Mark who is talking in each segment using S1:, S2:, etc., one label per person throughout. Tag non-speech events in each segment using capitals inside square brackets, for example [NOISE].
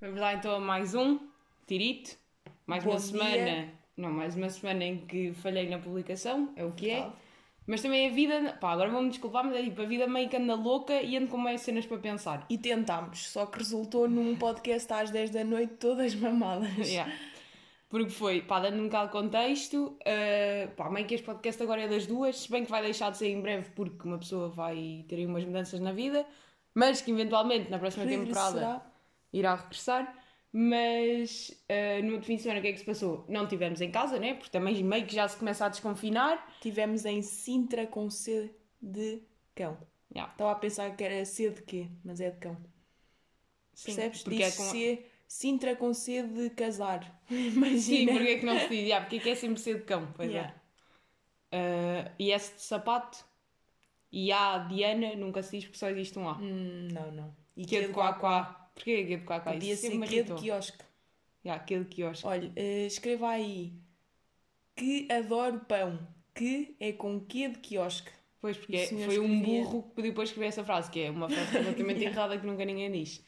S1: Vamos lá então a mais um tirito. Mais
S2: Bom
S1: uma
S2: dia.
S1: semana. Não, mais uma semana em que falhei na publicação, é o que é.
S2: Claro.
S1: Mas também a vida. Pá, agora vão-me desculpar, mas é tipo, a vida meio que anda louca e ando com mais cenas para pensar.
S2: [LAUGHS] E tentámos, só que resultou num podcast às 10 da noite, todas
S1: [LAUGHS]
S2: mamadas.
S1: Yeah. Porque foi, pá, dando um bocado de contexto, uh, pá, meio que este podcast agora é das duas, se bem que vai deixar de ser em breve porque uma pessoa vai ter aí umas mudanças na vida, mas que eventualmente na próxima temporada
S2: Regressará.
S1: irá regressar. Mas uh, no outro fim de semana o que é que se passou? Não tivemos em casa, né? Porque também meio que já se começa a desconfinar.
S2: Tivemos em Sintra com C de cão.
S1: Yeah.
S2: Estava a pensar que era C de quê, mas é de cão.
S1: Sim,
S2: Percebes?
S1: Porque é
S2: Diz
S1: com...
S2: C, Sintra com C de casar. [LAUGHS]
S1: Sim,
S2: Imagina.
S1: porque é que não se diz? Yeah, porque é que é sempre ser de cão? Pois
S2: Yeah.
S1: é. Uh, e S de sapato e A de Diana nunca se diz porque só existe um A.
S2: Hum, não, não. E
S1: Que é de
S2: de
S1: quá quá. Porquê que é de quá quá?
S2: Podia
S1: Isso
S2: ser
S1: sempre me
S2: que é de
S1: irritou.
S2: quiosque.
S1: Yeah, que é de quiosque.
S2: Olha, eh, escreva aí que adoro pão. Que é com que de quiosque.
S1: Pois, porque
S2: o
S1: é-
S2: senhor
S1: foi um
S2: escrevia.
S1: burro que pediu para eu escrever essa frase, que é uma frase
S2: [LAUGHS]
S1: completamente errada que nunca ninguém diz.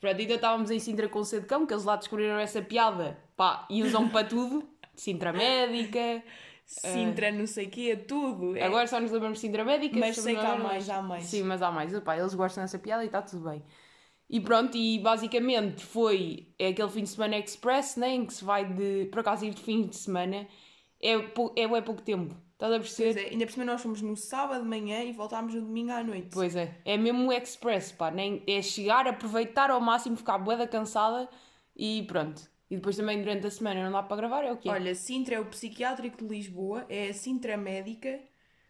S1: Pronto, então estávamos em Sintra com o C de Cão, que eles lá descobriram essa piada, pá, e usam para tudo. Sintra Médica,
S2: Sintra, não sei o quê, é tudo. É.
S1: Eh, agora só nos lembramos de Sintra Médica.
S2: Mas sei que há
S1: sobrenome-
S2: mais, há mais.
S1: Sim, mas há mais. Epá, eles gostam dessa piada e está tudo bem. E pronto, e basicamente foi é aquele fim de semana express, né, em que se vai de. Por acaso ir de fim de semana é, pou- é, bué pouco tempo. Estás a perceber?
S2: Pois é, ainda por cima nós fomos no sábado de manhã e voltámos no domingo à noite.
S1: Pois é, é mesmo o express, pá, nem é chegar, aproveitar ao máximo, ficar boeda cansada e pronto. E depois também durante a semana não dá para gravar, é o quê?
S2: Olha, Sintra é o psiquiátrico de Lisboa, é a Sintra Médica.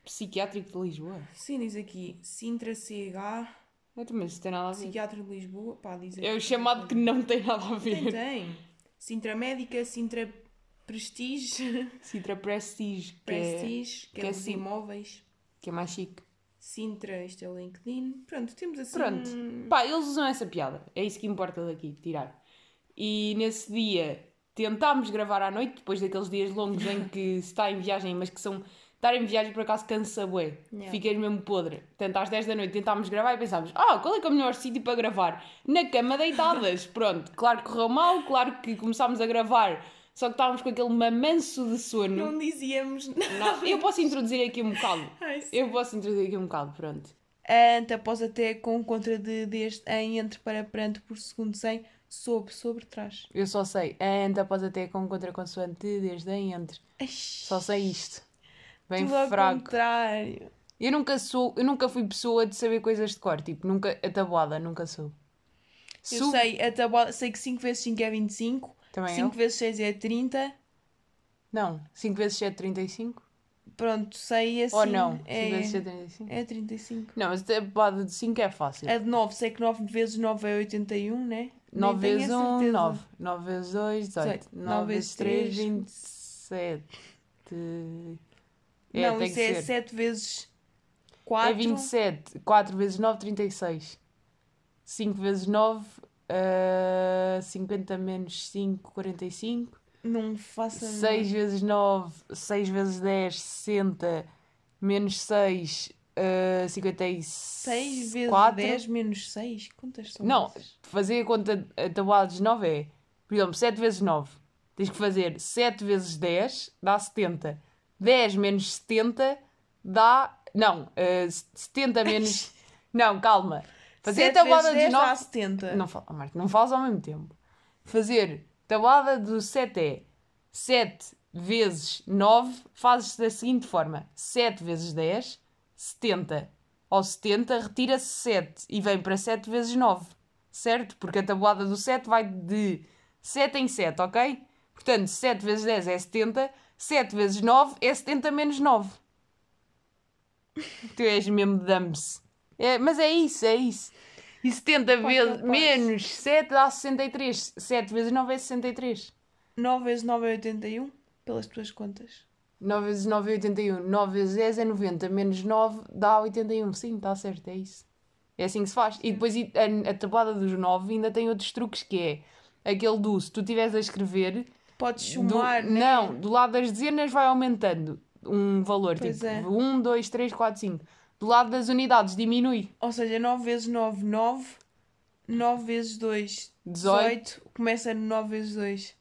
S1: Psiquiátrico de Lisboa.
S2: Sim, diz aqui, Sintra CH,
S1: Eu também isso tem nada a ver.
S2: psiquiátrico de Lisboa. Pá, diz aqui.
S1: É o chamado que não tem nada a
S2: Tem,
S1: ver.
S2: tem. Sintra Médica, Sintra Prestige, [LAUGHS]
S1: Sintra Prestige, que, É,
S2: Prestige, que,
S1: que
S2: é,
S1: é
S2: os
S1: Sin-
S2: imóveis.
S1: que é mais chique.
S2: Sintra, isto é LinkedIn. Pronto, temos assim.
S1: Pronto, pá, eles usam essa piada, é isso que importa daqui, tirar. E nesse dia tentámos gravar à noite, depois daqueles dias longos em que se está em viagem, mas que são. Estar em viagem por acaso cansa bué,
S2: Yeah.
S1: ficas mesmo podre. Portanto, às 10 da noite tentámos gravar e pensámos: ah, qual é que é o melhor sítio para gravar? Na cama deitadas. [LAUGHS] Pronto, claro que correu mal, claro que começámos a gravar, só que estávamos com aquele mamanço de sono.
S2: Não dizíamos nada. [LAUGHS]
S1: Não, eu posso introduzir aqui um bocado.
S2: Ai, sim.
S1: Eu posso introduzir aqui um bocado, pronto.
S2: Ante, após até com um contra de deste, em entre para perante por segundo sem, sob, sobre, trás.
S1: Eu só sei ante após até com contraconsoante, desde em entre. Só sei isto. Bem
S2: Tudo ao
S1: fraco.
S2: contrário.
S1: Eu nunca sou, eu nunca fui pessoa de saber coisas de cor, tipo, nunca a tabuada, nunca sou.
S2: Eu sei, a tabuada, sei que 5 vezes 5 é 25,
S1: Também
S2: 5 vezes 6 é 30,
S1: Não, 5 vezes 7 35?
S2: pronto, sei assim.
S1: Ou não? 5
S2: É,
S1: vezes 7 35?
S2: é 35.
S1: Não, mas a tabuada de 5 é fácil.
S2: A de 9, sei que 9 vezes 9 é 81, né?
S1: 9
S2: Nem
S1: vezes
S2: tenho a
S1: 1,
S2: certeza.
S1: 9. 9 vezes 2, 18.
S2: 18.
S1: 9 vezes 3, 27. É,
S2: não,
S1: tem
S2: isso
S1: que
S2: é
S1: ser.
S2: 7 vezes
S1: É
S2: 4.
S1: 27. 4 vezes 9, 36. 5 vezes 9, ah, 50 menos 5, 45.
S2: Não faça
S1: 6 vezes 9, 6 vezes 10, 60. Menos 6, ah, 56.
S2: 6 vezes
S1: 4.
S2: 10 menos 6? Quantas são?
S1: Não,
S2: essas?
S1: fazer a conta a tabuada de 9 é, por exemplo, 7 vezes 9. Tens que fazer 7 vezes 10, dá 70. 10 menos 70 dá. Não, eh, 70
S2: [LAUGHS]
S1: menos. não, calma. Fazer a
S2: Sete
S1: tabuada
S2: vezes
S1: de
S2: 10 dá
S1: 9.
S2: 70.
S1: Não, fal- oh, Marta, não fazes ao mesmo tempo. Fazer tabuada do 7 é 7 vezes 9, fazes da seguinte forma: 7 vezes 10, 70. Ao 70, retira-se 7 e vem para 7 vezes 9, certo? Porque a tabuada do 7 vai de 7 em 7, ok? Portanto, 7 vezes 10 é 70, 7 vezes 9 é 70 menos 9. Tu és mesmo dumps. É, mas é isso, é isso. E 70 vezes
S2: capaz.
S1: menos 7 dá 63. 7 vezes 9 é 63.
S2: 9 vezes 9 é 81, pelas tuas contas.
S1: 9 vezes 9 é 81. 9 vezes 10 é 90. Menos 9 dá 81. Sim, está certo, é isso. É assim que se faz. E depois e- a, a tabuada dos 9 ainda tem outros truques que é aquele do se tu estiveres a escrever,
S2: Podes
S1: do-
S2: somar, né?
S1: Não, do lado das dezenas vai aumentando um valor.
S2: Pois
S1: tipo
S2: é.
S1: 1, 2, 3, 4, 5. Do lado das unidades diminui.
S2: Ou seja, 9 vezes 9, 9. 9 vezes 2,
S1: 18
S2: 18. Começa 9 vezes 2.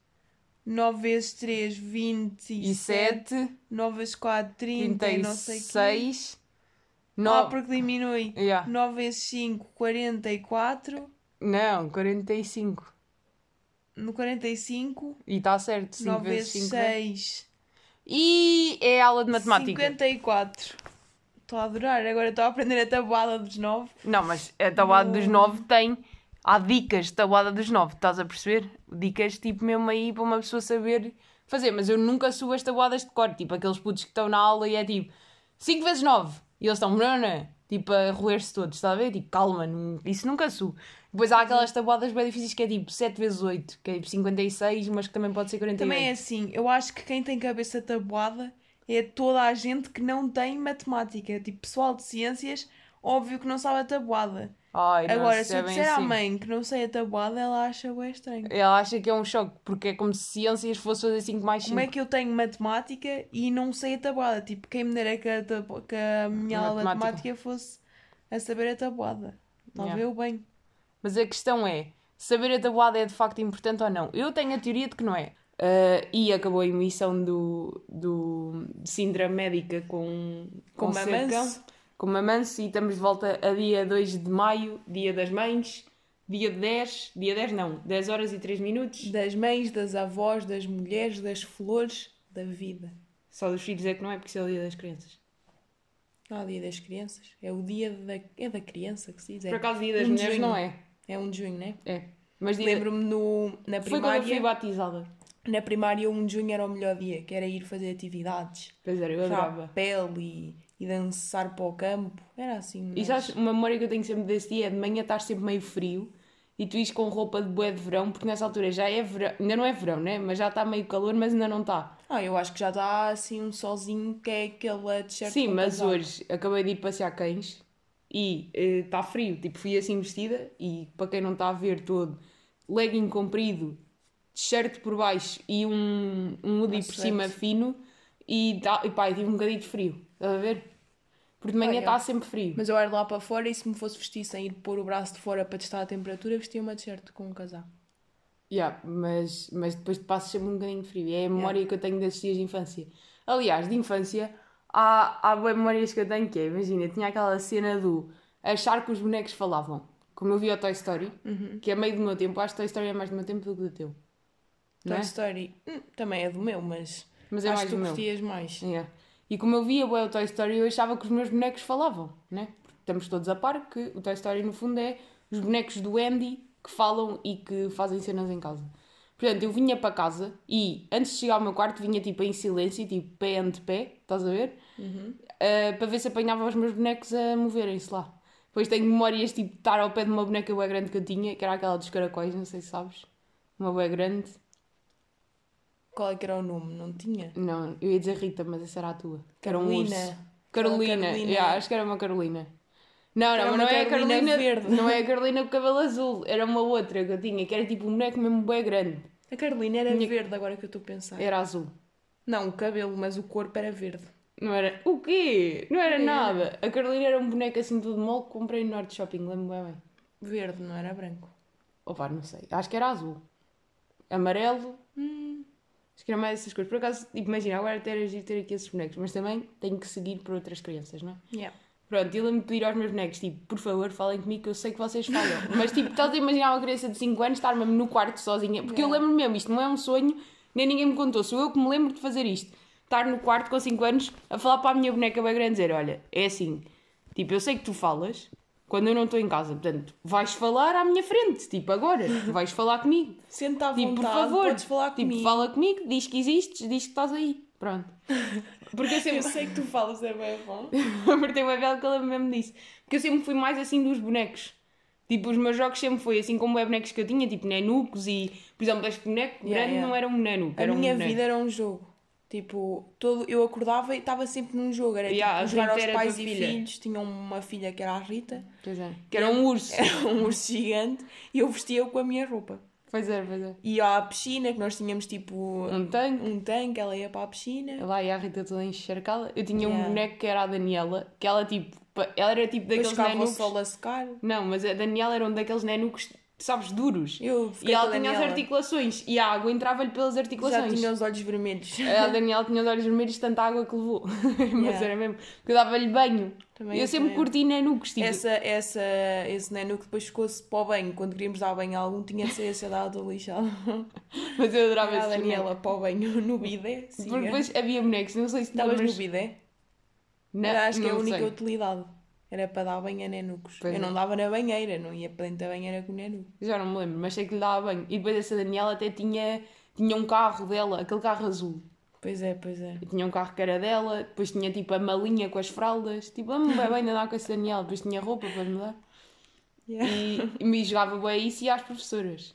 S2: 9 vezes 3, 27.
S1: e 7,
S2: 9 vezes 4, 30. e não sei o quê.
S1: 36,
S2: Ah,
S1: 9.
S2: porque diminui.
S1: Yeah.
S2: 9 vezes 5, 44.
S1: Não, 45.
S2: No 45,
S1: E está certo, 5
S2: 9
S1: vezes
S2: vezes
S1: 5.
S2: 6.
S1: E é aula de matemática.
S2: 54. Estou a adorar, agora estou a aprender a tabuada dos 9.
S1: Não, mas a tabuada dos
S2: Não.
S1: 9 tem. Há dicas de tabuada dos 9, estás a perceber? Dicas tipo mesmo aí para uma pessoa saber fazer. Mas eu nunca subo as tabuadas de cor, tipo aqueles putos que estão na aula e é tipo 5 vezes 9 e eles estão brana, tipo a roer-se todos, está a ver? Tipo calma, não- isso nunca subo. Depois há aquelas tabuadas bem difíceis que é tipo 7 vezes 8, que é tipo 56, mas que também pode ser 48.
S2: Também é assim, eu acho que quem tem cabeça tabuada é toda a gente que não tem matemática. Tipo, pessoal de ciências, óbvio que não sabe a tabuada.
S1: Ai, não
S2: Agora,
S1: isso
S2: se
S1: é
S2: eu
S1: bem
S2: disser à
S1: assim.
S2: mãe que não sei a tabuada, ela acha o estranho.
S1: Ela acha que é um choque, porque é como se ciências fosse fazer 5 mais 5.
S2: Como é que eu tenho matemática e não sei a tabuada? Tipo, quem me dera que a, tabu- que a minha aula de
S1: Matemática.
S2: matemática fosse a saber a tabuada. Talvez eu bem.
S1: Mas a questão é, saber a tabuada é de facto importante ou não? Eu tenho a teoria de que não é. Ah, e acabou a emissão do, do de Sindra Médica com,
S2: Com
S1: com
S2: Mamanso.
S1: Cercão, com Mamanso, e estamos de volta a dia 2 de maio, dia das mães, dia 10, dia 10 não, 10 horas e 3 minutos.
S2: Das mães, das avós, das mulheres, das flores, da vida.
S1: Só dos filhos é que não é, porque isso é o dia das crianças.
S2: Não há dia Tá das crianças. É o dia da, é da criança que se diz. É,
S1: Por acaso, dia das
S2: um de
S1: mulheres
S2: junho.
S1: não é.
S2: É 1 de junho, né?
S1: É. Mas dia...
S2: Lembro-me no- na
S1: foi quando eu fui
S2: primária.
S1: batizada.
S2: Na primária, 1 de junho era o melhor dia, que era ir fazer atividades.
S1: Pois era, eu adorava.
S2: Chapéu e, e dançar para o campo. Era assim.
S1: E
S2: mas-
S1: sabes, uma memória que eu tenho sempre desse dia é de manhã estar sempre meio frio e tu ires com roupa de bué de verão, porque nessa altura já é verão, ainda não é verão, né? Mas já está meio calor, mas ainda não está.
S2: Ah, eu acho que já está assim um solzinho que é aquela t-shirt.
S1: Sim,
S2: com
S1: mas
S2: casaco.
S1: hoje acabei de ir passear cães e eh, está frio, tipo, fui assim vestida e para quem não está a ver todo, legging comprido, t-shirt por baixo e um, um hoodie
S2: Uma
S1: por cima
S2: suéte.
S1: fino e, tá, e pá, e tive um bocadinho de frio, estás a ver? Porque de manhã
S2: Olha.
S1: está sempre frio.
S2: Mas eu era lá para fora e se me fosse vestir sem ir pôr o braço de fora para testar a temperatura, vestia uma t-shirt com um casaco.
S1: Yeah, mas, mas depois te passas sempre um bocadinho de frio. É a memória que eu tenho desses dias de infância. Aliás, de infância, há, há boas memórias que eu tenho que é, imagina, tinha aquela cena do achar que os bonecos falavam. Como eu vi o Toy Story, que é meio do meu tempo. Acho que Toy Story é mais do meu tempo do que do teu. Não
S2: Toy
S1: é?
S2: Story hum, também é do meu, mas,
S1: Mas é
S2: acho
S1: mais
S2: que
S1: do
S2: tu
S1: meu.
S2: curtias mais.
S1: Yeah. E como eu via bué o Toy Story, eu achava que os meus bonecos falavam, né? Porque estamos todos a par que o Toy Story, no fundo, é os bonecos do Andy que falam e que fazem cenas em casa. Portanto, eu vinha para casa e antes de chegar ao meu quarto vinha tipo em silêncio, tipo pé ante pé, estás a ver? Ah, para ver se apanhava os meus bonecos a moverem-se lá. Depois tenho memórias tipo de estar ao pé de uma boneca bué grande que eu tinha, que era aquela dos caracóis, não sei se sabes. Uma bué grande.
S2: Qual é que era o nome? Não tinha?
S1: Não, eu ia dizer Rita, mas essa era a tua. Que era um
S2: Carolina.
S1: urso. Carolina,
S2: Carolina.
S1: yeah, acho que era uma Carolina. Não,
S2: Era
S1: não,
S2: uma
S1: mas não é a
S2: Carolina
S1: Carolina.
S2: verde.
S1: Não é a Carolina com cabelo azul, era uma outra que eu tinha, que era tipo um boneco mesmo bem grande.
S2: A Carolina era verde, agora que eu estou a pensar.
S1: Era azul.
S2: Não, o cabelo, mas o corpo era verde.
S1: Não era. O quê? Não era
S2: Era.
S1: nada. A Carolina era um boneco assim todo mole que comprei no Norte Shopping, lembro-me bem bem.
S2: Verde, não era branco.
S1: Opa, não sei. Acho que era azul. Amarelo. Hum, Acho que era mais essas coisas. Por acaso, tipo, imagina, agora até era giro ter aqui esses bonecos, mas também tenho que seguir por outras crianças, não é?
S2: Yeah.
S1: Pronto, eu lembro de pedir aos meus bonecos, tipo, por favor, falem comigo que eu sei que vocês falham. [LAUGHS] Mas, tipo, estás a imaginar uma criança de 5 anos estar mesmo no quarto sozinha? Porque eu
S2: Yeah.
S1: lembro mesmo, isto não é um sonho, nem ninguém me contou, sou eu que me lembro de fazer isto. Estar no quarto com 5 anos a falar para a minha boneca bem grande, dizer: Olha, é assim, tipo, eu sei que tu falas quando eu não estou em casa, portanto, vais falar à minha frente, tipo,
S2: [LAUGHS]
S1: agora, vais falar comigo.
S2: Senta à
S1: Tipo,
S2: vontade,
S1: por favor,
S2: podes falar
S1: tipo,
S2: comigo.
S1: fala comigo, diz que existes, diz que estás aí.
S2: [LAUGHS]
S1: Pronto. Porque eu sempre.
S2: Eu sei que tu falas, é bem bom.
S1: Mas tem uma bela que eu lembro mesmo disso. Porque eu sempre fui mais assim dos bonecos. Tipo, os meus jogos sempre foi assim como é bonecos que eu tinha, tipo nenucos e, por exemplo, este boneco
S2: Yeah,
S1: grande
S2: yeah.
S1: não era um nenuco,
S2: A
S1: [LAUGHS] era um
S2: minha
S1: boneco.
S2: vida era um jogo. Tipo, todo, eu acordava e estava sempre num jogo. Era
S1: Yeah, a
S2: tipo, jogar
S1: Rita
S2: aos
S1: era a
S2: pais
S1: tua
S2: e
S1: filha.
S2: filhos. Tinha uma filha que era a Rita, [LAUGHS]
S1: Pois é. Que era um urso.
S2: era um urso gigante, e eu vestia com a minha roupa.
S1: Pois é, pois é.
S2: Ia à piscina, que nós tínhamos tipo
S1: Um tanque.
S2: um tanque, ela ia para a piscina.
S1: Lá e a Rita toda encharcada. Eu tinha um
S2: Yeah.
S1: boneco que era a Daniela, que ela tipo, pa- ela era tipo
S2: Depois
S1: daqueles
S2: ficava o
S1: nenucos.
S2: sol a secar.
S1: Não, mas a Daniela era um daqueles nenucos sabes, duros.
S2: Eu
S1: E
S2: fiquei
S1: ela
S2: com a
S1: tinha as
S2: Daniela.
S1: articulações e a água entrava-lhe pelas
S2: Já
S1: articulações.
S2: tinha os olhos vermelhos.
S1: [LAUGHS] A Daniela tinha os olhos vermelhos de tanta água que levou. [LAUGHS] Mas
S2: Yeah.
S1: era mesmo. Porque eu dava-lhe banho.
S2: Também
S1: eu
S2: eu
S1: sempre
S2: também.
S1: curti nanucos, tipo.
S2: Essa, essa, esse neno que depois ficou-se para o banho. Quando queríamos dar banho a algum, tinha de ser esse a dar
S1: [LAUGHS]
S2: do lixo.
S1: [LAUGHS] Mas eu adorava
S2: A
S1: esse
S2: Ah, Daniela para o banho [LAUGHS] no bidé.
S1: boneco.
S2: Sim,
S1: Porque depois havia bonecos, não sei se te
S2: Estavas no
S1: lembras.
S2: bidé?
S1: Não,
S2: Era, acho que é a
S1: não
S2: única
S1: sei.
S2: utilidade. Era para dar banho a nenucos.
S1: Pois
S2: eu
S1: é.
S2: não dava na banheira, não ia para dentro da banheira com nenuco.
S1: Já não me lembro, mas sei que lhe dava banho. E depois essa Daniela até tinha, tinha um carro dela, aquele carro azul.
S2: Pois é, pois é.
S1: E tinha um carro que era dela, depois tinha tipo a malinha com as fraldas. Tipo, amo bem bem de andar com essa Daniela. Depois tinha roupa para mudar.
S2: Yeah.
S1: E, e me jogava bem isso e às professoras.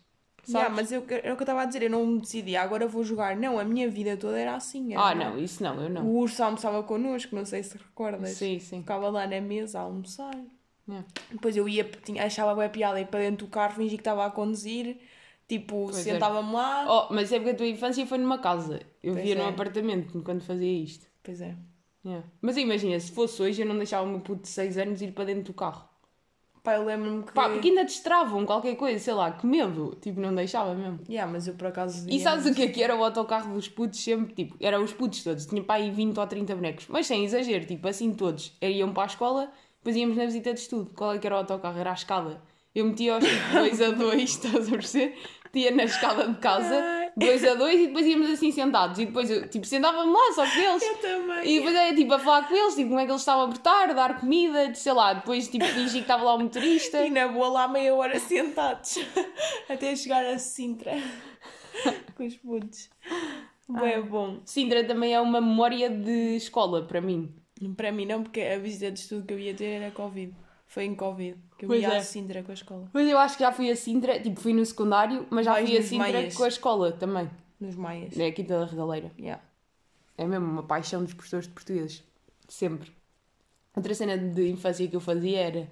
S2: Yeah,
S1: Sabes?
S2: mas eu, era o que eu estava a dizer, eu não me decidi, agora vou jogar. Não, a minha vida toda era assim. era-
S1: Ah, não, isso não, eu não.
S2: O urso almoçava connosco, não sei se recordas.
S1: Sim, sim.
S2: Ficava lá na mesa a almoçar.
S1: Yeah.
S2: Depois eu ia, tinha- achava bem piada ir para dentro do carro, fingi que estava a conduzir. Tipo,
S1: Pois é.
S2: sentava-me lá.
S1: Oh, mas a época da tua infância foi numa casa. Eu
S2: Pois
S1: via num
S2: é.
S1: apartamento quando fazia isto.
S2: Pois é.
S1: Yeah. Mas imagina, se fosse hoje, eu não deixava o meu puto de 6 anos ir para dentro do carro.
S2: Pá, eu lembro-me que...
S1: Pá, porque ainda destravam qualquer coisa, sei lá, que medo. Tipo, não deixava mesmo.
S2: Yeah, mas eu por acaso...
S1: E
S2: ia-
S1: sabes
S2: [LAUGHS]
S1: o que é que era o autocarro dos putos? Sempre, tipo, eram os putos todos, tinha pá aí 20 ou 30 bonecos, mas sem exagero, tipo, assim todos iam para a escola, depois íamos na visita de estudo. Qual é que era o autocarro? Era a escala. Eu metia os tipo 2 a 2, [LAUGHS] estás a perceber? Tinha na escala de casa, 2 a 2 e depois íamos assim sentados. E depois eu, tipo, sentava-me lá só com eles.
S2: Eu também.
S1: E depois era tipo a falar com eles, tipo, como é que eles estavam a apertar, a dar comida, de, sei lá, depois tipo fingi que estava lá o motorista.
S2: [LAUGHS] E na boa lá meia hora [LAUGHS] sentados até chegar a Sintra [LAUGHS] com os putos.
S1: Ah.
S2: Bem bom.
S1: Sintra também é uma memória de escola para mim.
S2: Para mim não, porque a visita de estudo que eu ia ter era Covid. Foi em Covid que eu
S1: Pois
S2: ia
S1: é.
S2: a Sintra com a escola.
S1: Mas eu acho que já fui a Sintra, tipo, fui no secundário, mas já
S2: Vais
S1: fui a
S2: nos
S1: Sintra
S2: meias.
S1: com a escola também.
S2: Nos Maias.
S1: É a Quinta da Regaleira.
S2: Yeah.
S1: É mesmo uma paixão dos professores de português. Sempre. Outra cena de infância que eu fazia era.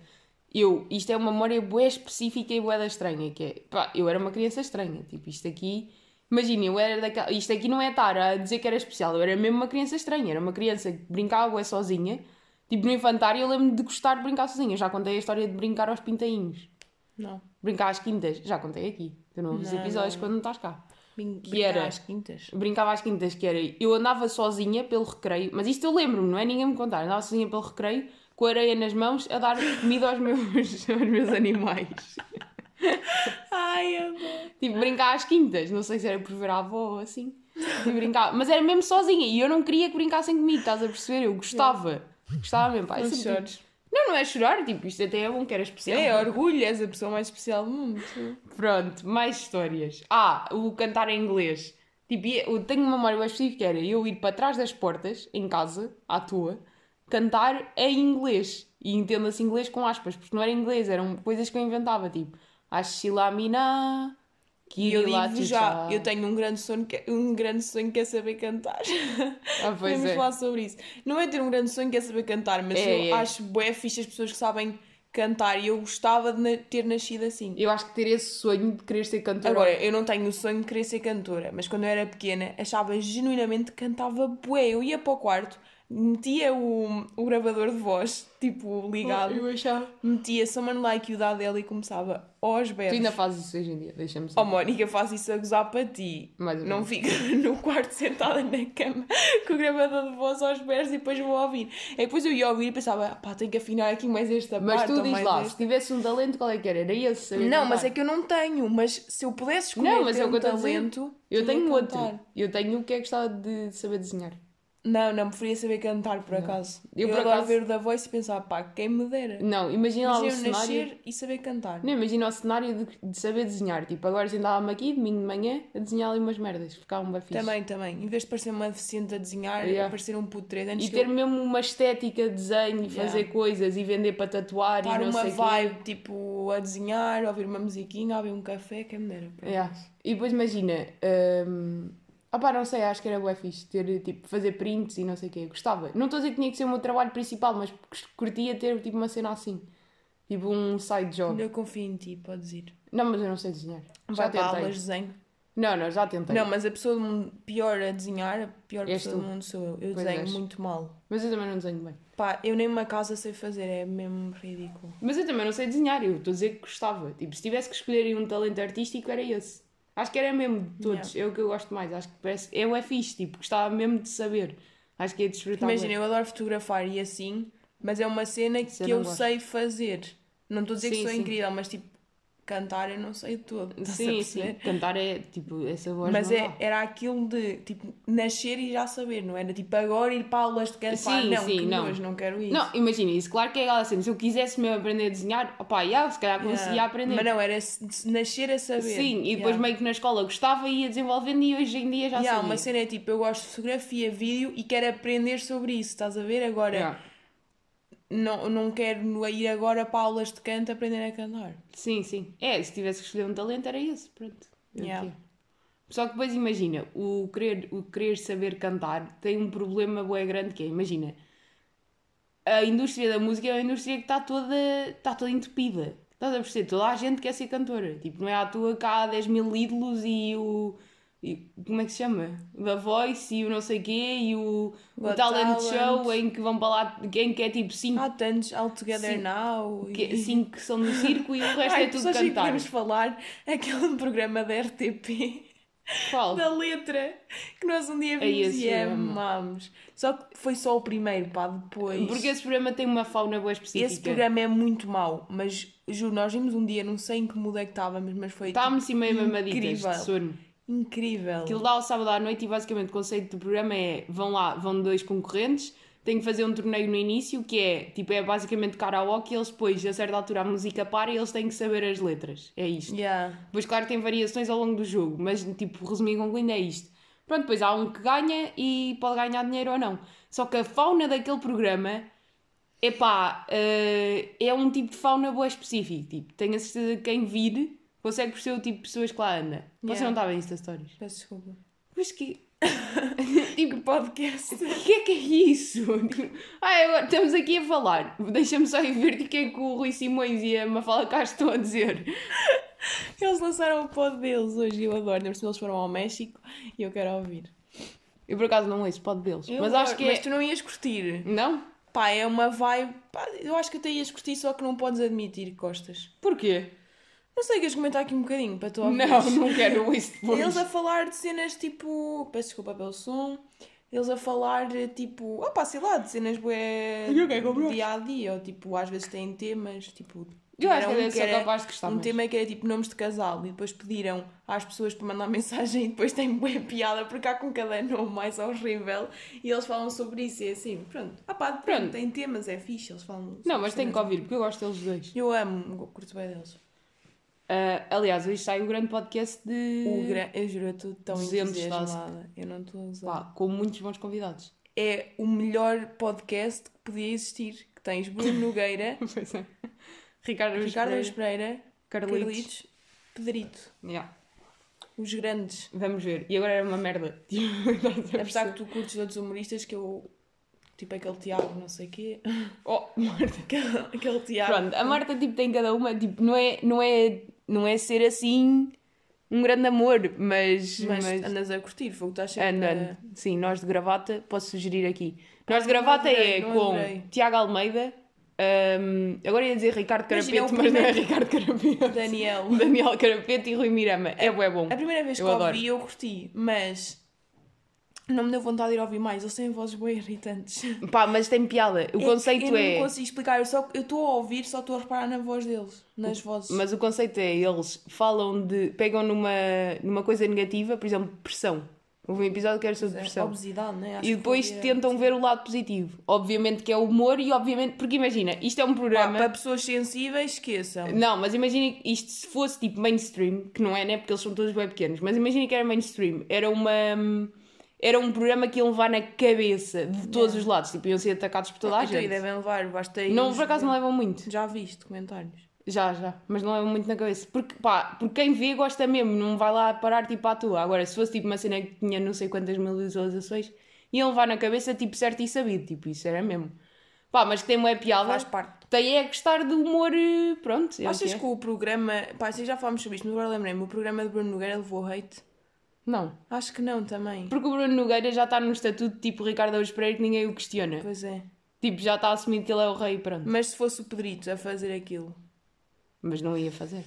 S1: Eu, isto é uma memória bué específica e bué da estranha, que é, pá, eu era uma criança estranha, tipo, isto aqui, imagina, eu era daquela, isto aqui não é estar a dizer que era especial, eu era mesmo uma criança estranha, era uma criança que brincava bué sozinha, tipo, no infantário eu lembro de gostar de brincar sozinha, já contei a história de brincar aos pintainhos,
S2: Não.
S1: brincar às quintas, já contei aqui, tu não ouves
S2: Não,
S1: episódios
S2: não.
S1: quando não estás cá.
S2: Brin-
S1: Que
S2: brincar
S1: era?
S2: às quintas.
S1: Brincava às quintas, que era eu andava sozinha pelo recreio, mas isto eu lembro-me, não é ninguém me contar. Andava sozinha pelo recreio, com a areia nas mãos, a dar comida aos meus, [LAUGHS] aos meus animais.
S2: Ai, amor.
S1: Tipo, brincar às quintas, não sei se era por ver a avó ou assim. E brincava, mas era mesmo sozinha e eu não queria que brincassem comigo, estás a perceber? Eu gostava, gostava mesmo, pá. eu
S2: Não
S1: sempre-
S2: chores.
S1: Não, não é chorar, tipo, isto até é bom que era especial.
S2: É, orgulho, és a pessoa mais especial do mundo.
S1: Pronto, mais histórias. Ah, o cantar em inglês. Tipo, e eu tenho uma memória bem específica que era eu ir para trás das portas, em casa, à toa, cantar em inglês. E entenda-se inglês com aspas, porque não era inglês, eram coisas que eu inventava, tipo... Ashilamina...
S2: E eu
S1: Kirila
S2: digo já, eu tenho um grande sonho que, um grande sonho que é saber cantar. [LAUGHS]
S1: Ah, pois
S2: Podemos
S1: é.
S2: falar sobre isso. Não é ter um grande sonho que é saber cantar, mas
S1: É,
S2: eu
S1: é.
S2: acho bué fixe as pessoas que sabem cantar e eu gostava de na- ter nascido assim.
S1: Eu acho que ter esse sonho de querer ser cantora... é
S2: Agora, eu não tenho o sonho de querer ser cantora, mas quando eu era pequena achava genuinamente que cantava bué. Eu ia para o quarto, metia o, o gravador de voz, tipo, ligado,
S1: Eu achava...
S2: metia Someone Like You da Adele e começava aos
S1: Tu
S2: berros.
S1: ainda fazes isso hoje em dia, deixa-me só.
S2: Oh Mónica, faço isso a gozar para ti.
S1: Mais ou
S2: Oh, não
S1: menos.
S2: fico [LAUGHS] no quarto sentada na cama com o gravador de voz aos pés e depois vou ouvir. E depois eu ia ouvir e pensava, "Ah, pá, tenho que afinar aqui mais esta
S1: Mas
S2: parte.
S1: tu
S2: ou
S1: diz
S2: mais
S1: lá, se
S2: este."
S1: tivesse um talento, qual é que era? Era esse? saber
S2: Não, mas
S1: cantar.
S2: é que eu não tenho. Mas se eu pudesse escolher
S1: Não, mas
S2: ter
S1: é o que
S2: um
S1: eu estou a dizer.
S2: talento,
S1: Eu
S2: tinha
S1: tenho
S2: que
S1: outro.
S2: cantar.
S1: Eu tenho o que é que gostava de saber desenhar.
S2: Não, não, preferia saber cantar por acaso.
S1: Eu,
S2: Eu,
S1: por
S2: adoro
S1: acaso-
S2: ver o da voz e pensar, pá, quem me dera.
S1: Não, imagina lá o
S2: Mas eu
S1: cenário.
S2: nascer e saber cantar.
S1: Não, é imagina o cenário de, de saber desenhar. Tipo, agora sentava-me aqui, domingo de manhã, a desenhar ali umas merdas. Ficava um bem fixe.
S2: Também, também. Em vez de parecer uma deficiente a desenhar,
S1: Yeah.
S2: parecer um puto de três anos
S1: E
S2: que eu-
S1: ter mesmo uma estética de desenho e
S2: Yeah.
S1: fazer coisas e vender para tatuar
S2: estar
S1: e não
S2: uma
S1: sei o quê.
S2: vibe, tipo, a desenhar, ouvir uma musiquinha, ouvir um café, quem me dera. pá.
S1: Yeah. E depois imagina. hum, opá, não sei, acho que era bué fixe ter, tipo, fazer prints e não sei o quê. Gostava. Não estou a dizer que tinha que ser o meu trabalho principal, mas curtia ter, tipo, uma cena assim. Tipo, um side job.
S2: Eu confio em ti, podes ir.
S1: Não, mas eu não sei desenhar.
S2: Vai para
S1: tentei.
S2: aulas de desenho.
S1: Não, não, já tentei.
S2: Não, mas a pessoa do mundo pior a desenhar, a pior
S1: És
S2: pessoa
S1: tu.
S2: do mundo sou eu. Eu
S1: Pois
S2: desenho
S1: és.
S2: muito mal.
S1: Mas eu também não desenho bem.
S2: Pá, eu nem uma casa sei fazer, é mesmo ridículo.
S1: Mas eu também não sei desenhar, eu estou a dizer que gostava. Tipo, se tivesse que escolher um talento artístico, era esse. Acho que era mesmo de todos, é o que eu gosto mais. Acho que parece. Eu é fixe, tipo, gostava mesmo de saber. Acho que ia desfrutar. bué.
S2: Imagina, eu adoro fotografar e assim, mas é uma cena
S1: Isso eu
S2: que
S1: não
S2: eu
S1: gosto.
S2: sei fazer. Não estou a dizer
S1: Sim,
S2: que sou
S1: sim.
S2: incrível, mas tipo, cantar eu não sei de todo. [LAUGHS] estás a
S1: Sim,
S2: perceber?
S1: sim. Cantar é tipo, essa voz.
S2: Mas
S1: não
S2: é,
S1: dá.
S2: era aquilo de, tipo, nascer e já saber, não era tipo agora ir para aulas de cantar.
S1: Sim,
S2: não,
S1: sim,
S2: que
S1: não.
S2: nojo, não quero isso.
S1: Não, imagina isso. Claro que é aquela cena. Se eu quisesse mesmo aprender a desenhar, opá, yeah, se calhar
S2: Yeah.
S1: conseguia aprender.
S2: Ah, Mas não, era s- s- nascer a saber.
S1: Sim, e depois
S2: Yeah.
S1: meio que na escola gostava e ia desenvolvendo e hoje em dia já
S2: Yeah,
S1: sabia.
S2: uma cena é tipo, eu gosto de fotografia, vídeo e quero aprender sobre isso, estás a ver? Agora,
S1: Yeah.
S2: não, não quero ir agora para aulas de canto aprender a cantar.
S1: Sim, sim. É, se tivesse que escolher um talento era esse, pronto. É o
S2: Yeah.
S1: que é. Só que depois imagina, o querer, o querer saber cantar tem um problema bué grande que é, imagina, a indústria da música é uma indústria que está toda, está toda entupida. Estás a perceber? Toda a gente quer ser cantora. Tipo, não é à toa que há 10 mil ídolos e o... e como é que se chama? The Voice e o não sei quê e o, o
S2: Got
S1: Talent,
S2: Talent.
S1: Show em que vão para lá, em que é tipo 5
S2: Há tantos All Together
S1: Sim.
S2: Now e...
S1: que, é cinco que são no circo e o resto
S2: Ai,
S1: é tudo
S2: só achei que
S1: cantar.
S2: podemos falar [LAUGHS] aquele programa da RTP
S1: Qual?
S2: [LAUGHS] da letra que nós um dia
S1: É
S2: vimos
S1: esse
S2: e
S1: programa.
S2: amámos. Só que foi só o primeiro, pá, depois.
S1: Porque é esse programa tem uma fauna boa específica.
S2: É Esse programa é muito mau, mas juro, nós vimos um dia, não sei em que muda é que estávamos, mas foi
S1: Estávamos assim meio mamaditas
S2: Incrível.
S1: de sono.
S2: tipo, incrível.
S1: Aquilo dá ao sábado à noite e basicamente o conceito do programa é vão lá, vão dois concorrentes, têm que fazer um torneio no início que é tipo é basicamente karaoke e eles depois a certa altura a música para e eles têm que saber as letras. É isto.
S2: Yeah.
S1: Depois, claro, tem variações ao longo do jogo, mas tipo, resumindo e concluindo, é isto. Pronto, depois há um que ganha e pode ganhar dinheiro ou não. Só que a fauna daquele programa, epá, eh, é um tipo de fauna boa específico. Tipo, tenho a certeza que quem vir consegue perceber o tipo de pessoas que lá anda. Você
S2: Yeah.
S1: não está bem Insta Stories.
S2: Peço desculpa.
S1: Mas que.
S2: Tipo podcast. [LAUGHS]
S1: O que é que é isso? [LAUGHS] Tipo, ai, agora estamos aqui a falar. Deixa-me só ir ver o que é que o Rui Simões e a Mafala Castro estão a dizer.
S2: Eles lançaram o pod deles hoje, eu adoro. Ainda por cima Eles foram ao México e eu quero ouvir.
S1: Eu por acaso não ouço, pode deles.
S2: Eu
S1: mas
S2: adoro,
S1: acho que
S2: Mas
S1: é.
S2: tu não ias curtir.
S1: Não?
S2: Pá, é uma vibe. Pá, eu acho que até ias curtir, só que não podes admitir que gostas.
S1: Porquê?
S2: Não sei, queres comentar aqui um bocadinho para tu ouvir?
S1: Não, não quero isso depois.
S2: Eles a falar de cenas tipo. Peço desculpa pelo som. Eles a falar tipo. Ah pá, sei lá, de cenas bué.
S1: E o que é que eu
S2: do
S1: gosto?
S2: dia a dia. Ou tipo, às vezes têm temas. Tipo.
S1: Eu acho que
S2: tiveram
S1: era só capaz de gostar
S2: Um
S1: mais.
S2: tema que era tipo nomes de casal. E depois pediram às pessoas para mandar [LAUGHS] mensagem. E depois tem bué piada. Porque há com cada nome mais horrível. E eles falam sobre isso. E é assim, pronto. Ah pá, pronto.
S1: Pronto.
S2: Tem temas, é fixe. Eles falam.
S1: Não,
S2: sobre
S1: mas tenho que
S2: cenas.
S1: ouvir, porque eu gosto deles dois.
S2: Eu amo, curto bem deles.
S1: Ah, aliás, hoje sai o grande podcast de.
S2: O gra... Eu juro, eu estou tão
S1: 200 tasks.
S2: entusiasmada. Eu não estou a usar.
S1: Pá, com muitos bons
S2: [LAUGHS]
S1: convidados.
S2: É o melhor podcast que podia existir. Que tens Bruno
S1: [COUGHS]
S2: Nogueira,
S1: Pois é. Ricardo,
S2: Ricardo
S1: Reis
S2: Luís Pereira,
S1: Carlitos.
S2: Carlitos, Pedrito.
S1: Yeah,
S2: Os grandes.
S1: Vamos ver. E agora era uma merda. [LAUGHS] Tipo,
S2: Apesar que tu curtes outros humoristas que eu... Tipo aquele Tiago, não sei quê. [LAUGHS]
S1: Oh, Marta.
S2: Aquele, aquele Tiago.
S1: Pronto, a Marta tipo, tem cada uma, tipo, não é, não, é, não é ser assim um grande amor, mas.
S2: Mas,
S1: mas-
S2: andas a curtir, foi o que estás sempre
S1: Ando,
S2: a-
S1: ando. É, Sim, nós de gravata, posso sugerir aqui. Nós de gravata
S2: Ah, não adorei,
S1: é
S2: não adorei.
S1: com Tiago Almeida, hum, agora ia dizer Ricardo
S2: Imagina,
S1: Carapeto,
S2: o
S1: mas não é
S2: primeiro-
S1: Ricardo Carapeto. [LAUGHS]
S2: Daniel.
S1: Daniel Carapeto e Rui Mirama. É bué bom.
S2: A primeira vez que
S1: Eu
S2: eu
S1: adoro.
S2: ouvi, eu curti, mas não me deu vontade de ir ouvir mais. Eles têm vozes bem irritantes.
S1: Pá, mas tem piada. O
S2: É que
S1: conceito
S2: Eu
S1: é.
S2: não consigo explicar, eu só eu estou a ouvir, só estou a reparar na voz deles, nas vozes.
S1: Mas o conceito é, eles falam de. pegam numa, numa coisa negativa, por exemplo, pressão. Houve um episódio que era sobre
S2: é,
S1: pressão.
S2: obesidade, né? Acho
S1: E
S2: que
S1: depois
S2: foi, é.
S1: tentam ver o lado positivo. Obviamente que é o humor e obviamente. Porque imagina, isto é um
S2: Pá,
S1: programa.
S2: para pessoas sensíveis, esqueçam.
S1: Não, mas imagina que isto se fosse tipo mainstream, que não é, né? Porque eles são todos bem pequenos, mas imagina que era mainstream, era uma. Era um programa que iam levar na cabeça de todos os lados, tipo, iam ser atacados por toda a
S2: Então, e
S1: gente.
S2: devem levar, basta ir.
S1: Não, por acaso não levam muito.
S2: Já viste comentários.
S1: Já, já, mas não levam muito na cabeça. Porque, pá, porque quem vê gosta mesmo, não vai lá parar tipo à toa. Agora, se fosse tipo uma cena que tinha não sei quantas mil visualizações, iam levar na cabeça tipo certo e sabido, tipo, isso era mesmo. Pá, mas que tem uma piada.
S2: Faz parte.
S1: Tem é gostar do humor, eh, pronto. É o
S2: Achas
S1: que é.
S2: assim que o programa. Pá, sei já falámos sobre isto, mas agora lembrei-me. O programa de Bruno Nogueira levou hate.
S1: Não.
S2: Acho que não também.
S1: Porque o Bruno Nogueira já está num estatuto tipo Ricardo Aros Pereira que ninguém o questiona.
S2: Pois é.
S1: Tipo, já está assumido que ele é o rei, pronto.
S2: Mas se fosse o Pedrito a fazer aquilo.
S1: Mas não ia fazer.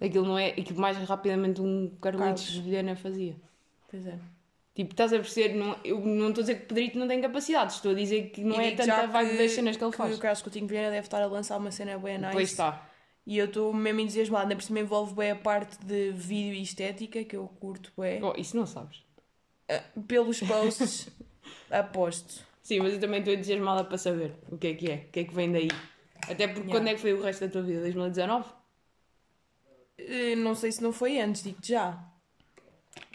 S1: Aquilo não é. Aquilo mais rapidamente um Carlitos
S2: Hum. Carlos.
S1: de Vilhena fazia.
S2: Pois é.
S1: Tipo, estás a perceber? Não, eu não estou a dizer que o Pedrito não tem capacidade, estou a dizer que não
S2: E
S1: é
S2: digo
S1: tanta
S2: já
S1: vibe
S2: que-
S1: das cenas que ele
S2: que
S1: faz.
S2: O Carlos Coutinho Vieira deve estar a lançar uma cena bem nice.
S1: Pois está.
S2: E eu estou mesmo entusiasmada. Ainda por cima envolve bem a parte de vídeo e estética, que eu curto bem.
S1: Oh, isso não sabes.
S2: Ah,
S1: [LAUGHS]
S2: Pelos posts, aposto.
S1: Sim, mas eu também estou entusiasmada para saber o que é que é, o que é que vem daí. Até porque
S2: Yeah.
S1: quando é que foi o resto da tua vida? 2019?
S2: Eh, Não sei se não foi antes, digo-te já.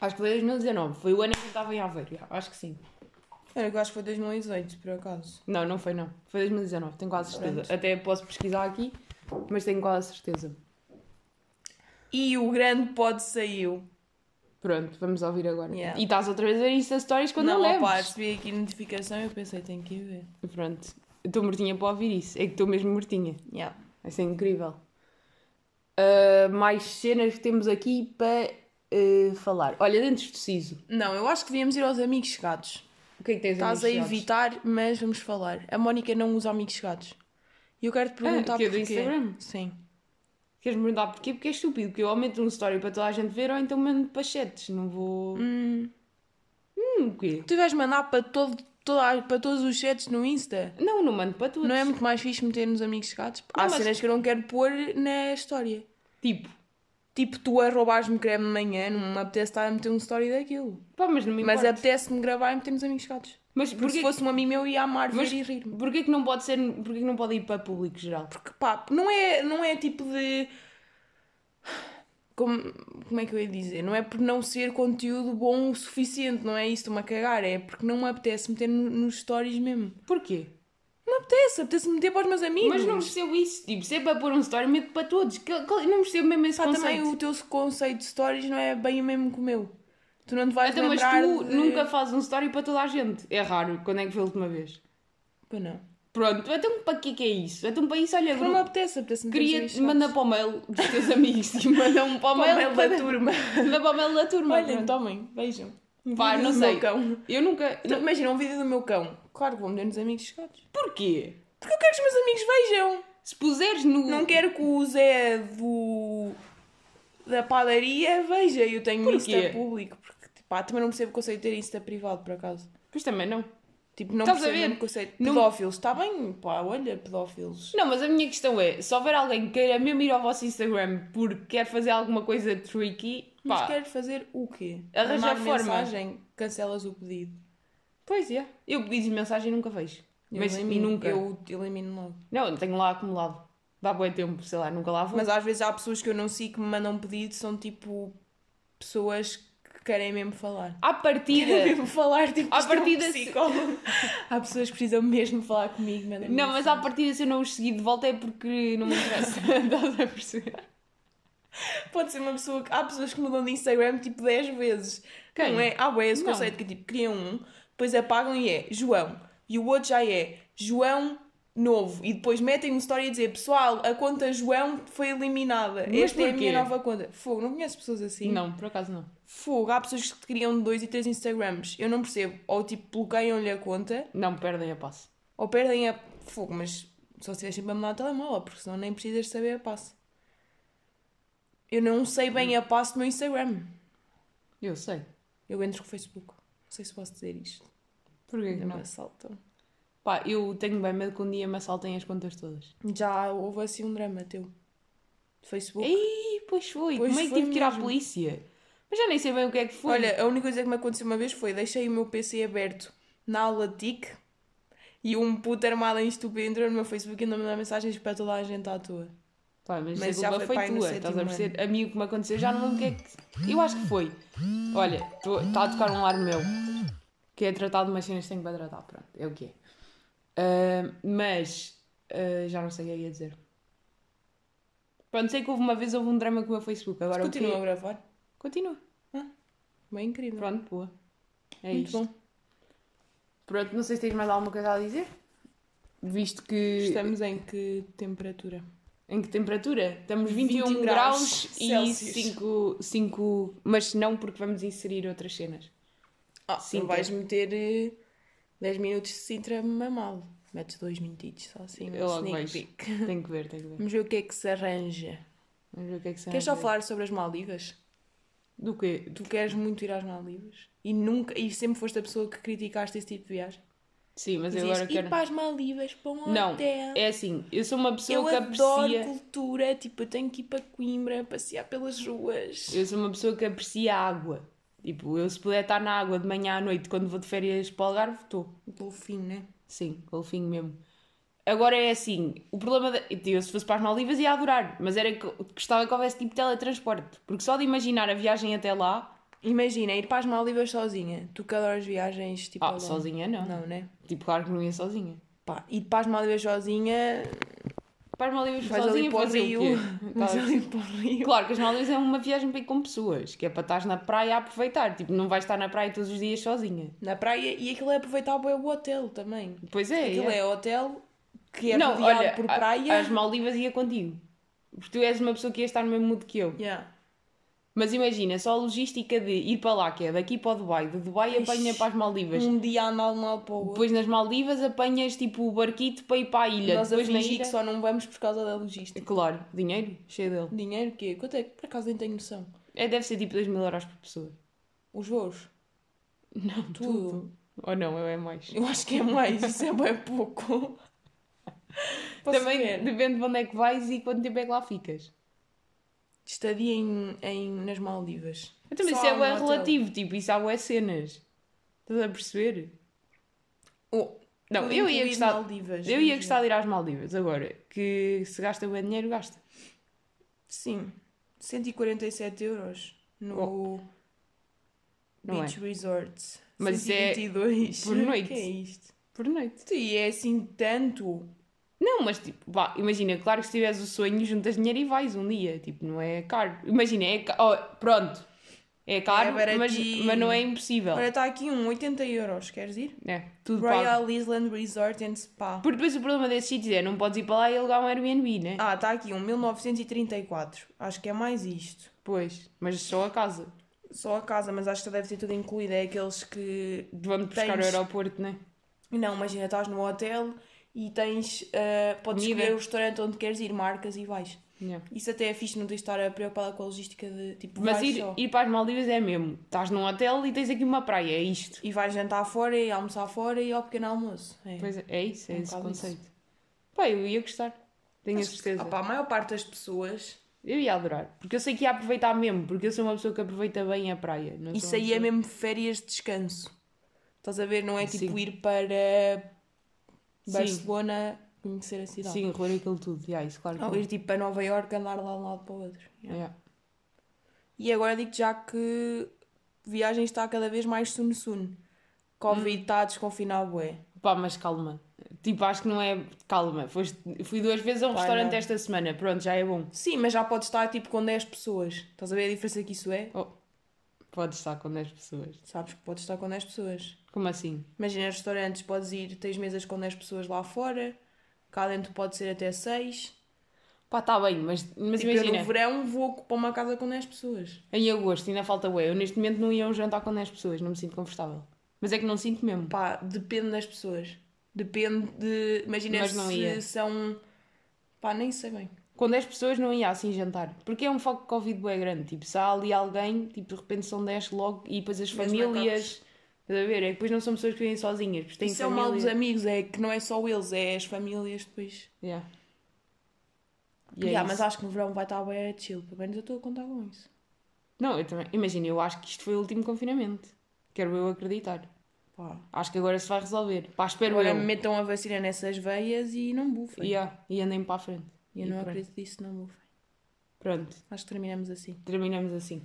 S1: Acho que foi 2019. Foi o ano em que eu estava em Aveiro. já, Acho que sim.
S2: Olha, Eu acho que foi 2018, por acaso.
S1: Não, não foi não. Foi 2019, tenho quase certeza.
S2: Pronto.
S1: Até posso pesquisar aqui, mas tenho quase certeza.
S2: E o grande pod saiu.
S1: Pronto, vamos ouvir agora.
S2: Yeah.
S1: E estás outra vez a ver Insta Stories quando não,
S2: não,
S1: leves.
S2: opá, recebi aqui notificação e eu pensei, tenho que ir ver.
S1: Pronto. Estou mortinha para ouvir isso. É que estou mesmo mortinha.
S2: Yeah.
S1: Vai ser incrível. Ah, mais cenas que temos aqui para ah, falar. Olha, dentes do siso.
S2: Não, eu acho que devíamos ir aos amigos gatos.
S1: O que é que tens
S2: Estás a
S1: amigos gatos?
S2: evitar, mas vamos falar. A Mónica não usa amigos gatos. E eu quero te perguntar
S1: que é do
S2: porquê.
S1: Instagram?
S2: Sim.
S1: Queres me perguntar porquê? Porque é estúpido. Porque eu aumento um story para toda a gente ver ou então mando pachetes. Não vou. Hum. o quê?
S2: Tu vais mandar para, todo, toda, para todos os chats no Insta?
S1: Não, não mando para todos.
S2: Não é muito mais fixe meter nos amigos gatos? Há
S1: mas-
S2: cenas que eu não quero pôr na história.
S1: Tipo.
S2: Tipo, tu a roubares-me creme de manhã, não me apetece estar a meter um story daquilo.
S1: Pá, mas não me
S2: Mas
S1: importa.
S2: apetece-me gravar e metermos amigos gatos.
S1: Mas
S2: Porque
S1: porquê,
S2: se fosse um amigo meu ia amar ver
S1: mas
S2: e rir-me.
S1: porquê que não pode ser. Porquê que não pode ir para público geral?
S2: Porque pá, não é, não é tipo de. Como, como é que eu ia dizer? Não é por não ser conteúdo bom o suficiente, não é isso, estou-me a cagar, é porque não me apetece meter no- nos stories mesmo.
S1: Porquê?
S2: Não me apetece, apetece meter para os meus amigos.
S1: Mas não percebo isso. Tipo, se é para pôr um story, meto para todos. Que- que- Não percebo mesmo esse
S2: Pá, também
S1: conceito.
S2: o teu conceito de stories não é bem o mesmo que o meu. Tu não te vais
S1: Até, Então, mas
S2: lembrar
S1: tu
S2: de-
S1: nunca fazes um story para toda a gente. É raro. Quando é que foi a última vez?
S2: Pá, não.
S1: Pronto. Então, para que que é isso? Então, para isso, olha...
S2: Não me apetece, apetece meter
S1: Queria
S2: nos amigos
S1: mandar
S2: chatos.
S1: para o mail dos teus amigos e manda um para o mail,
S2: [LAUGHS] Para o mail da turma. então.
S1: Manda para o mail da turma.
S2: [LAUGHS] Olhem,
S1: pronto.
S2: tomem, vejam. Um
S1: Pá,
S2: vídeo
S1: não
S2: do
S1: sei.
S2: meu cão.
S1: Eu nunca...
S2: Então, Imagina um vídeo do meu cão. Claro que vou meter nos amigos chatos.
S1: Porquê?
S2: Porque eu quero que os meus amigos vejam.
S1: Se puseres no...
S2: Não quero que o Zé do... da padaria veja. Eu tenho um
S1: Porquê?
S2: Insta público. Porque, tipo, pá, também não percebo o conceito de ter Insta privado, por acaso.
S1: Pois também não.
S2: Tipo, não
S1: Estás a
S2: percebo
S1: ver?
S2: mesmo o conceito.
S1: Não-
S2: Pedófilos, está bem? Pá, olha, pedófilos.
S1: Não, mas a minha questão é, se houver alguém que queira mesmo ir ao vosso Instagram porque quer fazer alguma coisa tricky,
S2: Mas
S1: pá,
S2: queres fazer o quê?
S1: Arranja
S2: Mandar
S1: a forma.
S2: mensagem, cancelas o pedido.
S1: pois é. Eu pedi de mensagem e nunca vejo.
S2: Eu
S1: Mas, e
S2: elimino-
S1: nunca.
S2: Eu elimino logo.
S1: Não, eu tenho lá acumulado. Dá bom tempo, sei lá, nunca lá vou.
S2: Mas às vezes há pessoas que eu não sigo que me mandam pedido, são tipo pessoas que querem mesmo falar.
S1: À
S2: [LAUGHS]
S1: partida.
S2: Mesmo falar, tipo,
S1: À
S2: isto é um
S1: partida, se-
S2: psicólogo. Há pessoas que precisam mesmo falar comigo, mandam
S1: não, mas à partida se eu não os segui de volta é porque não me
S2: [LAUGHS]
S1: interessa. Estás a perceber?
S2: Pode ser uma pessoa que. Há pessoas que mudam de Instagram tipo 10 vezes.
S1: Quem?
S2: Não é? Ah, bem, esse
S1: Não.
S2: conceito que tipo criam um, depois apagam e é João. E o outro já é João novo. E depois metem uma história a dizer: Pessoal, a conta João foi eliminada.
S1: Mas
S2: Esta é a minha
S1: porquê?
S2: nova conta. Fogo, não conheço pessoas assim.
S1: Não, por acaso não.
S2: Fogo, há pessoas que criam dois e três Instagrams. Eu não percebo. Ou tipo bloqueiam-lhe a conta,
S1: Não perdem a passe.
S2: ou perdem a. Fogo, mas só se deixem para mudar o telemóvel, porque senão nem precisas de saber a passe. Eu não sei bem a passe do meu Instagram.
S1: Eu sei.
S2: Eu entro com o Facebook. Não sei se posso dizer isto.
S1: Porquê que
S2: Não me
S1: não?
S2: assaltam.
S1: Pá, eu tenho bem medo que um dia me assaltem as contas todas.
S2: Já houve assim um drama teu. De Facebook.
S1: Ei, pois foi.
S2: Pois
S1: Como é que
S2: foi
S1: tive que ir à
S2: mesmo.
S1: polícia? Mas já nem sei bem o que é que foi.
S2: Olha, a única coisa que me aconteceu uma vez foi deixei o meu PC aberto na aula de TIC e um puto armado em estúpido entrou no meu Facebook e andou-me a mandar mensagens para toda a gente à toa.
S1: Pá, mas,
S2: Mas
S1: isso a
S2: já
S1: culpa foi,
S2: foi pai no
S1: tua, estás a
S2: sétimo
S1: perceber? A mim o que me aconteceu, já não lembro o que é que. Eu acho que foi. Olha, está a tocar um ar meu, que é tratado de umas cenas que tenho para tratar, pronto, é o que é. Ah, mas, ah, já não sei o que é que ia dizer. Pronto, sei que houve uma vez houve um drama com o meu Facebook, agora
S2: Continua a
S1: o quê?
S2: gravar.
S1: Continua.
S2: Bem incrível.
S1: Pronto, boa. É
S2: Muito
S1: isto.
S2: bom.
S1: Pronto, não sei se tens mais alguma coisa a dizer. Visto que.
S2: Estamos em que temperatura?
S1: Em que temperatura? Estamos 21, graus,
S2: 21 graus
S1: e
S2: Celsius.
S1: 5, 5. Mas não, porque vamos inserir outras cenas.
S2: Ah,
S1: Sintra.
S2: não vais meter eh, 10 minutos de Sintra mamalo. Metes dois minutitos, só assim, um
S1: Eu logo
S2: sneak
S1: vejo. [LAUGHS]
S2: peek.
S1: Tenho que ver, tenho que ver.
S2: Vamos ver o que é que se arranja.
S1: Vamos ver o que é que se
S2: Queres só
S1: arranja.
S2: falar sobre as Maldivas?
S1: Do quê?
S2: Tu queres muito ir às Maldivas? E nunca, e sempre foste a pessoa que criticaste esse tipo de viagem.
S1: Sim, mas eu
S2: Dizes,
S1: agora
S2: ir
S1: quero.
S2: para as Maldivas, para um
S1: Não,
S2: hotel.
S1: é assim, eu sou uma pessoa
S2: Eu
S1: que
S2: adoro
S1: aprecia.
S2: cultura, tipo, eu tenho que ir para Coimbra, passear pelas ruas.
S1: Eu sou uma pessoa que aprecia a água. Tipo, eu se puder estar na água de manhã à noite, quando vou de férias para o Algarve, estou.
S2: O golfinho, né?
S1: Sim, golfinho mesmo. Agora é assim, o problema. da- Eu se fosse para as Maldivas ia adorar, mas era que gostava que houvesse tipo teletransporte, porque só de imaginar a viagem até lá.
S2: Imagina, ir para as Maldivas sozinha. Tu que adoras viagens, tipo,
S1: Ah,
S2: alone.
S1: sozinha não.
S2: Não, né?
S1: Tipo, claro que não ia sozinha.
S2: Pá, ir para as Maldivas sozinha,
S1: Para as Maldivas
S2: vais
S1: sozinha
S2: ali para o
S1: fazer
S2: rio.
S1: o quê?
S2: [LAUGHS] Vais
S1: Claro.
S2: ali para o rio.
S1: Claro que as Maldivas é uma viagem para ir com pessoas, que é para estar na praia a aproveitar. Tipo, não vais estar na praia todos os dias sozinha.
S2: Na praia, e aquilo é aproveitar bué o hotel também.
S1: Pois é.
S2: Aquilo
S1: é.
S2: é hotel que é
S1: não,
S2: rodeado
S1: olha,
S2: por
S1: a-
S2: praia.
S1: As Maldivas ia contigo. Porque tu és uma pessoa que ia estar no mesmo mood que eu.
S2: Yeah.
S1: Mas imagina, só a logística de ir para lá, que é daqui para o Dubai, do Dubai
S2: Ai,
S1: apanha para as Maldivas.
S2: Um dia andar de um lado para o outro.
S1: Depois nas Maldivas apanhas tipo o barquito para ir para a ilha.
S2: Nós a
S1: Depois na
S2: fingir
S1: ilha...
S2: que só não vamos por causa da logística.
S1: Claro, dinheiro, cheio dele.
S2: Dinheiro, quê? Quanto é que por acaso nem tenho noção?
S1: É, deve ser tipo 2 mil euros por pessoa.
S2: Os voos?
S1: Não,
S2: Tudo.
S1: Ou não, eu é mais.
S2: Eu acho que é mais, isso é bem
S1: [LAUGHS]
S2: pouco. Posso
S1: Também
S2: ver?
S1: depende de onde é que vais e quanto tempo é que lá ficas.
S2: Estadia em, em, nas Maldivas.
S1: Então, mas
S2: Só
S1: isso é
S2: um
S1: bué
S2: hotel.
S1: relativo, tipo, isso há bué cenas. Estás a perceber?
S2: Oh,
S1: Não,
S2: tudo
S1: eu ia
S2: incluído
S1: gostar.
S2: Maldivas,
S1: Eu ia
S2: imagina.
S1: gostar de ir às Maldivas agora, que se gasta bem dinheiro, gasta.
S2: Sim, 147 euros no
S1: Oh. Não é.
S2: Beach Resort.
S1: Mas isso é
S2: 122.
S1: por noite.
S2: [LAUGHS] que é isto?
S1: Por noite.
S2: E é assim tanto.
S1: Não, mas tipo, vá, imagina, claro que se tiveres o sonho, juntas dinheiro e vais um dia, tipo, não é caro. Imagina, é ca- oh, pronto, é caro, mas,
S2: baratinho.
S1: mas não é impossível.
S2: Olha, está aqui um 80 euros, queres ir?
S1: É, tudo pago.
S2: Royal Island Resort and Spa.
S1: Porque depois o problema desses sítios é, não podes ir para lá e alugar um Airbnb, né?
S2: Ah, está aqui um 1934. Acho que é mais isto.
S1: Pois, mas só a casa.
S2: Só a casa, mas acho que deve ter tudo incluído. É aqueles que
S1: Vão-te buscar o
S2: Tens-
S1: aeroporto, né?
S2: Não, imagina, estás no hotel e tens. ah, podes
S1: Comida.
S2: escolher o restaurante onde queres ir, marcas e vais.
S1: Yeah.
S2: Isso até é fixe, não tens de estar a preocupada com a logística de tipo.
S1: Mas
S2: vais
S1: ir,
S2: só.
S1: ir para as Maldivas é mesmo, estás num hotel e tens aqui uma praia, é isto.
S2: E vais jantar fora e almoçar fora e ao pequeno almoço. É.
S1: Pois é, é isso, é,
S2: É um
S1: esse
S2: bocado isso.
S1: conceito. Pá, eu ia gostar, tenho a
S2: Acho que-
S1: certeza.
S2: opá, a maior parte das pessoas.
S1: Eu ia adorar, porque eu sei que ia aproveitar mesmo, porque eu sou uma pessoa que aproveita bem a praia. Não sou
S2: Isso
S1: uma
S2: aí é
S1: pessoa-
S2: mesmo férias de descanso. Estás a ver? Não é tipo
S1: Sim.
S2: ir para
S1: Sim.
S2: Barcelona conhecer a cidade.
S1: Sim, roer aquilo tudo, yeah, isso claro que
S2: Ou
S1: não.
S2: ir tipo para Nova Iorque andar lá de um lado para o outro.
S1: Yeah.
S2: E agora digo já que viagem está cada vez mais sun-sun.
S1: Hum.
S2: Covid está a desconfinar bué.
S1: Pá, mas calma. Tipo, acho que não é. Calma, foste... fui duas vezes a um
S2: Pá,
S1: restaurante
S2: não.
S1: esta semana, pronto, já é bom.
S2: Sim, mas já pode estar tipo com 10 pessoas. Estás a ver a diferença que isso é?
S1: Oh, Podes estar com 10 pessoas.
S2: Sabes que podes estar com 10 pessoas.
S1: Como assim?
S2: Imagina restaurantes, podes ir, tens mesas com 10 pessoas lá fora. Cá dentro pode ser até 6.
S1: Pá, tá bem, mas, mas
S2: Tipo, eu
S1: imagina,
S2: no verão vou para uma casa com 10 pessoas.
S1: em agosto ainda falta ué. Eu neste momento não ia a um jantar com 10 pessoas, não me sinto confortável. Mas é que não sinto mesmo.
S2: Pá, depende das pessoas. Depende de. Imagina
S1: Mas não
S2: se
S1: ia.
S2: são. Pá, nem sei bem.
S1: Com 10 pessoas não ia assim jantar. Porque é um foco de Covid bem grande. Tipo, se há ali alguém, tipo, de repente são 10 logo e depois as famílias. Estás a ver? É que depois não são pessoas que vêm sozinhas. Depois têm
S2: Isso é o mal dos
S1: família.
S2: amigos, é que não é só eles, é as famílias depois.
S1: Yeah. E é
S2: Yeah,
S1: isso.
S2: mas acho que no verão vai estar bem chill, pelo menos eu estou a contar com isso.
S1: Não, eu também. Imagina, eu acho que isto foi o último confinamento. Quero eu acreditar.
S2: Pá.
S1: Acho que agora se vai resolver. Pá, espero
S2: Agora
S1: eu.
S2: é metam a vacina nessas veias e não bufem.
S1: Yeah. E andem para a frente.
S2: Eu
S1: E
S2: não
S1: pronto.
S2: acredito nisso, não bufem.
S1: Pronto,
S2: Acho que terminamos assim.
S1: terminamos assim.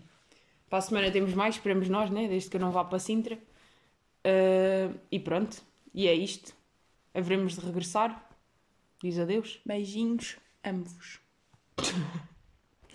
S1: Para a semana temos mais, esperemos nós, né? Desde que eu não vá para Sintra. Ah, e pronto. E é isto. Haveremos de regressar. Diz adeus.
S2: Beijinhos, amo-vos.